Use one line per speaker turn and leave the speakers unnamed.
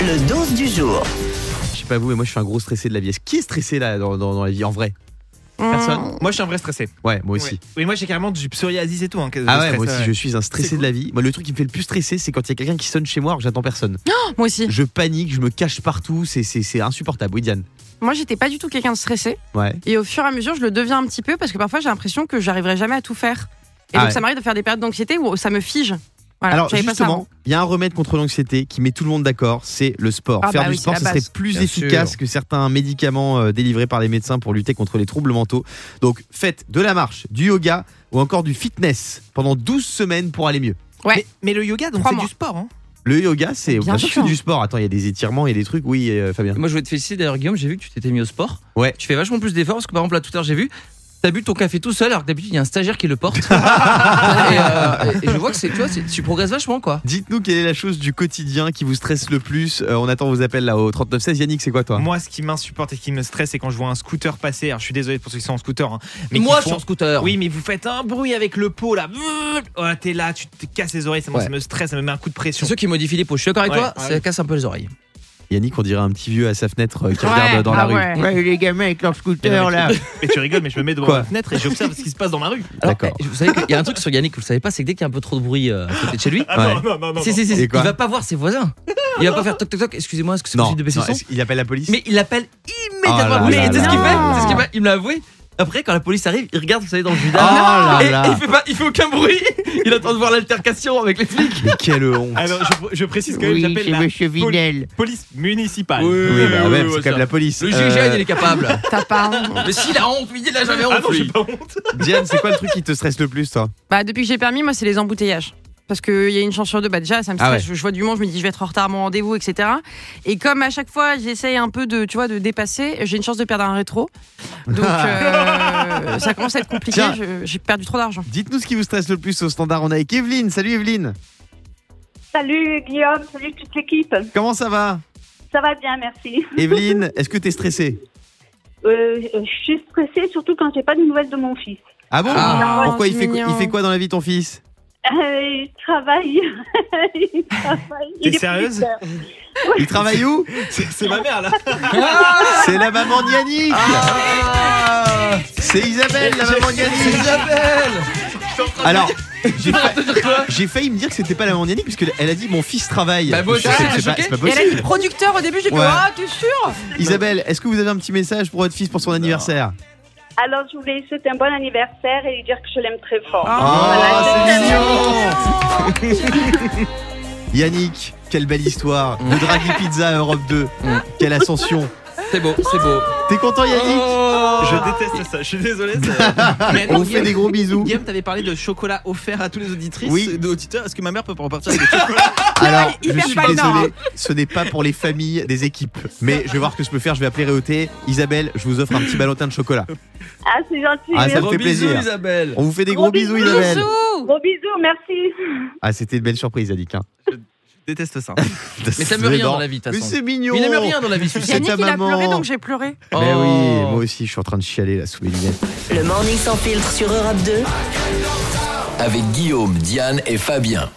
Le dose du jour.
Je sais pas vous, mais moi je suis un gros stressé de la vie. Est-ce- Qui est stressé là dans, dans- dans la vie en vrai
Mm.
Personne
Moi, je suis un vrai stressé.
Ouais, moi aussi.
Ouais. Oui, moi, j'ai carrément du psoriasis et tout. hein, que-
Ah
de
ouais,
stress,
moi aussi, je suis un stressé de la vie. Moi, le truc qui me fait le plus stresser, c'est quand il y a quelqu'un qui sonne chez moi alors que j'attends personne.
Moi aussi.
Je panique, je me cache partout, c'est- c'est c'est insupportable. Oui, Diane
Moi, j'étais pas du tout quelqu'un de stressé.
Ouais.
Et au fur et à mesure, je le deviens un petit peu parce que parfois, j'ai l'impression que j'arriverai jamais à tout faire. Et
Ah
donc,
ouais.
ça m'arrive de faire des périodes d'anxiété où ça me fige. Voilà,
Alors
Ah, j'avais pas ça
justement,
avant.
il y a un remède contre l'anxiété qui met tout le monde d'accord, c'est le sport.
Ah
Faire
bah
du
oui,
sport,
c'est
ce
la
serait
base.
plus
Bien
efficace
sûr.
que certains médicaments euh, délivrés par les médecins pour lutter contre les troubles mentaux. Donc faites de la marche, du yoga ou encore du fitness pendant 12 semaines pour aller mieux.
Ouais.
Mais, mais le yoga, donc
Trois
c'est
mois.
du sport. hein.
Le yoga, c'est
Bien
bien sûr que
sûr.
c'est du sport. Attends, il y a des étirements, il y a des trucs. Oui, euh, Fabien.
Moi, je voulais te féliciter d'ailleurs, Guillaume. J'ai vu que tu t'étais mis au sport.
Ouais.
Tu fais vachement plus d'efforts parce que par exemple, là tout à l'heure, j'ai vu. T'as bu ton café tout seul alors que d'habitude, il y a un stagiaire qui le porte. et, euh, et- et je vois que c'est, tu vois, c'est- tu progresses vachement quoi.
Dites-nous quelle est la chose du quotidien qui vous stresse le plus. Euh, on attend vos appels là au 3916. Yannick, c'est quoi toi
Moi, ce qui m'insupporte et qui me stresse, c'est quand je vois un scooter passer. Alors, je suis désolé pour ceux qui sont en scooter. hein, mais
Moi,
qui
je suis
font-
en scooter.
Oui, mais vous faites un bruit avec le pot là. Oh, t'es là, tu te casses les oreilles. Ça, moi,
Ouais.
ça me stresse, ça me met un coup de
C'est
pression.
ceux qui modifient les pots. Je suis d'accord avec
Ouais,
toi,
ouais.
ça casse un peu les oreilles.
Yannick, on dirait un petit vieux à sa fenêtre euh, qui
Ouais,
regarde euh, dans la
ah
rue.
ouais.
les gamins avec leur
Mais non,
scooter
mais, tu- mais tu rigoles, mais je me mets devant
Quoi
la fenêtre et j'observe ce qui se passe dans ma rue.
Alors,
D'accord.
eh, Vous savez qu'il y a un truc sur Yannick, vous le savez pas, c'est que dès qu'il y a un peu trop de bruit euh, à côté de chez lui,
Ah non,
Ouais.
non, non, non.
si,
non.
si, si,
Et
il
quoi
va pas voir ses voisins. Il va pas faire toc toc toc, excusez-moi, est-ce que c'est
Non,
possible de baisser
non,
le son
est-ce- il appelle la police.
Mais il appelle
Oh
immédiatement.
là
mais
là
tu sais
là
ce qu'il fait
là.
Tu sais ce qu'il fait Il me l'a avoué. Après, quand la police arrive, il regarde, vous savez, dans le Judas.
Ah
et
là
et
là.
il fait pas, il fait aucun bruit. Il attend de voir l'altercation avec les flics.
Mais quelle honte
Alors, Ah je, je précise quand même, j'appelle la police municipale. Ah
Oui, bah,
oui,
même,
oui,
c'est
oui,
quand même
ça.
la police.
Le
Euh,
GIGN, il est capable.
T'as pas. hein.
Mais s'il a honte, lui, il a jamais honte.
Ah non, j'ai
lui.
pas honte.
Diane, c'est quoi le truc qui te stresse le plus, toi
Bah, depuis que j'ai permis, moi, c'est les embouteillages. Parce qu'il y a une chance sur deux, bah déjà, ça me
Ah
stresse. je, je vois du monde, je me dis, je vais être en retard à mon rendez-vous, etc. Et comme à chaque fois, j'essaye un peu de, tu vois, de dépasser, j'ai une chance de perdre un rétro. Donc, euh, ça commence à être compliqué.
Tiens.
je- J'ai perdu trop d'argent.
Dites-nous ce qui vous stresse le plus au standard. On est avec Evelyne. Salut Evelyne.
Salut Guillaume, salut toute l'équipe.
Comment ça va
Ça va bien, merci.
Evelyne, est-ce que t'es stressée
Euh, je suis stressée surtout quand j'ai pas de nouvelles de mon fils.
Ah bon
Ah,
Pourquoi il
Oh, c'est
fait, quoi-
mignon.
il fait quoi dans la vie, ton fils
Euh, il travaille. il travaille.
T'es
Il est
sérieuse
producteur.
Il travaille où
C'est c'est ma mère là.
C'est la maman de Yannick
Ah
C'est Isabelle, la maman de
C'est
Yannick
Isabelle
Alors, j'ai fa- j'ai failli me dire que c'était pas la maman de Yannick, puisque elle a dit mon fils travaille.
Bah, moi
Je suis
aussi,
sûr que
ça
c'est
m'a choqué.
pas, c'est pas
Et elle a dit
possible.
producteur au début, j'ai fait,
Ouais.
ah, t'es sûr
Isabelle, est-ce que vous avez un petit message pour votre fils pour son anniversaire
Alors je voulais lui souhaiter un bon anniversaire et lui dire que je l'aime très fort.
Ah.
Voilà,
Oh, c'est
je l'aime.
mignon Yannick, quelle belle histoire Le Draghi Pizza à Europe 2
Mm.
Quelle ascension
C'est beau, c'est beau.
T'es content Yannick
Ah.
Je déteste ça, je suis désolé. ça-
Oh, Mais
On
non,
vous fait des gros bisous
Guillaume, t'avais parlé de chocolat offert à tous les auditrices,
Oui.
de auditeurs. Est-ce que ma mère peut repartir avec des chocolats
Alors, je
hyper
suis
pas le Nord,
désolé, ce n'est pas pour les familles des équipes. Mais je vais voir ce que je peux faire, je vais appeler Réauté. Isabelle, je vous offre un petit balotin de chocolat.
Ah, c'est gentil.
Ah, ça
merci.
me
Gros
fait
bisous,
plaisir.
Isabelle.
On vous fait des
Gros
gros bisous
bisous.
Isabelle
Bisous
Gros bisous, merci.
Ah, c'était une belle surprise Yannick. hein.
Je déteste ça.
Mais ça me rien dans la vie, de toute
Mais
façon.
c'est mignon
Il n'aime rien dans la vie, celui-ci.
C'est
Yannick,
ta
il a
maman.
pleuré, donc j'ai pleuré.
Mais oui,
Oh.
moi aussi je suis en train de chialer là sous mes lunettes.
Le morning sans filtre sur Europe 2.
Avec Guillaume, Diane et Fabien.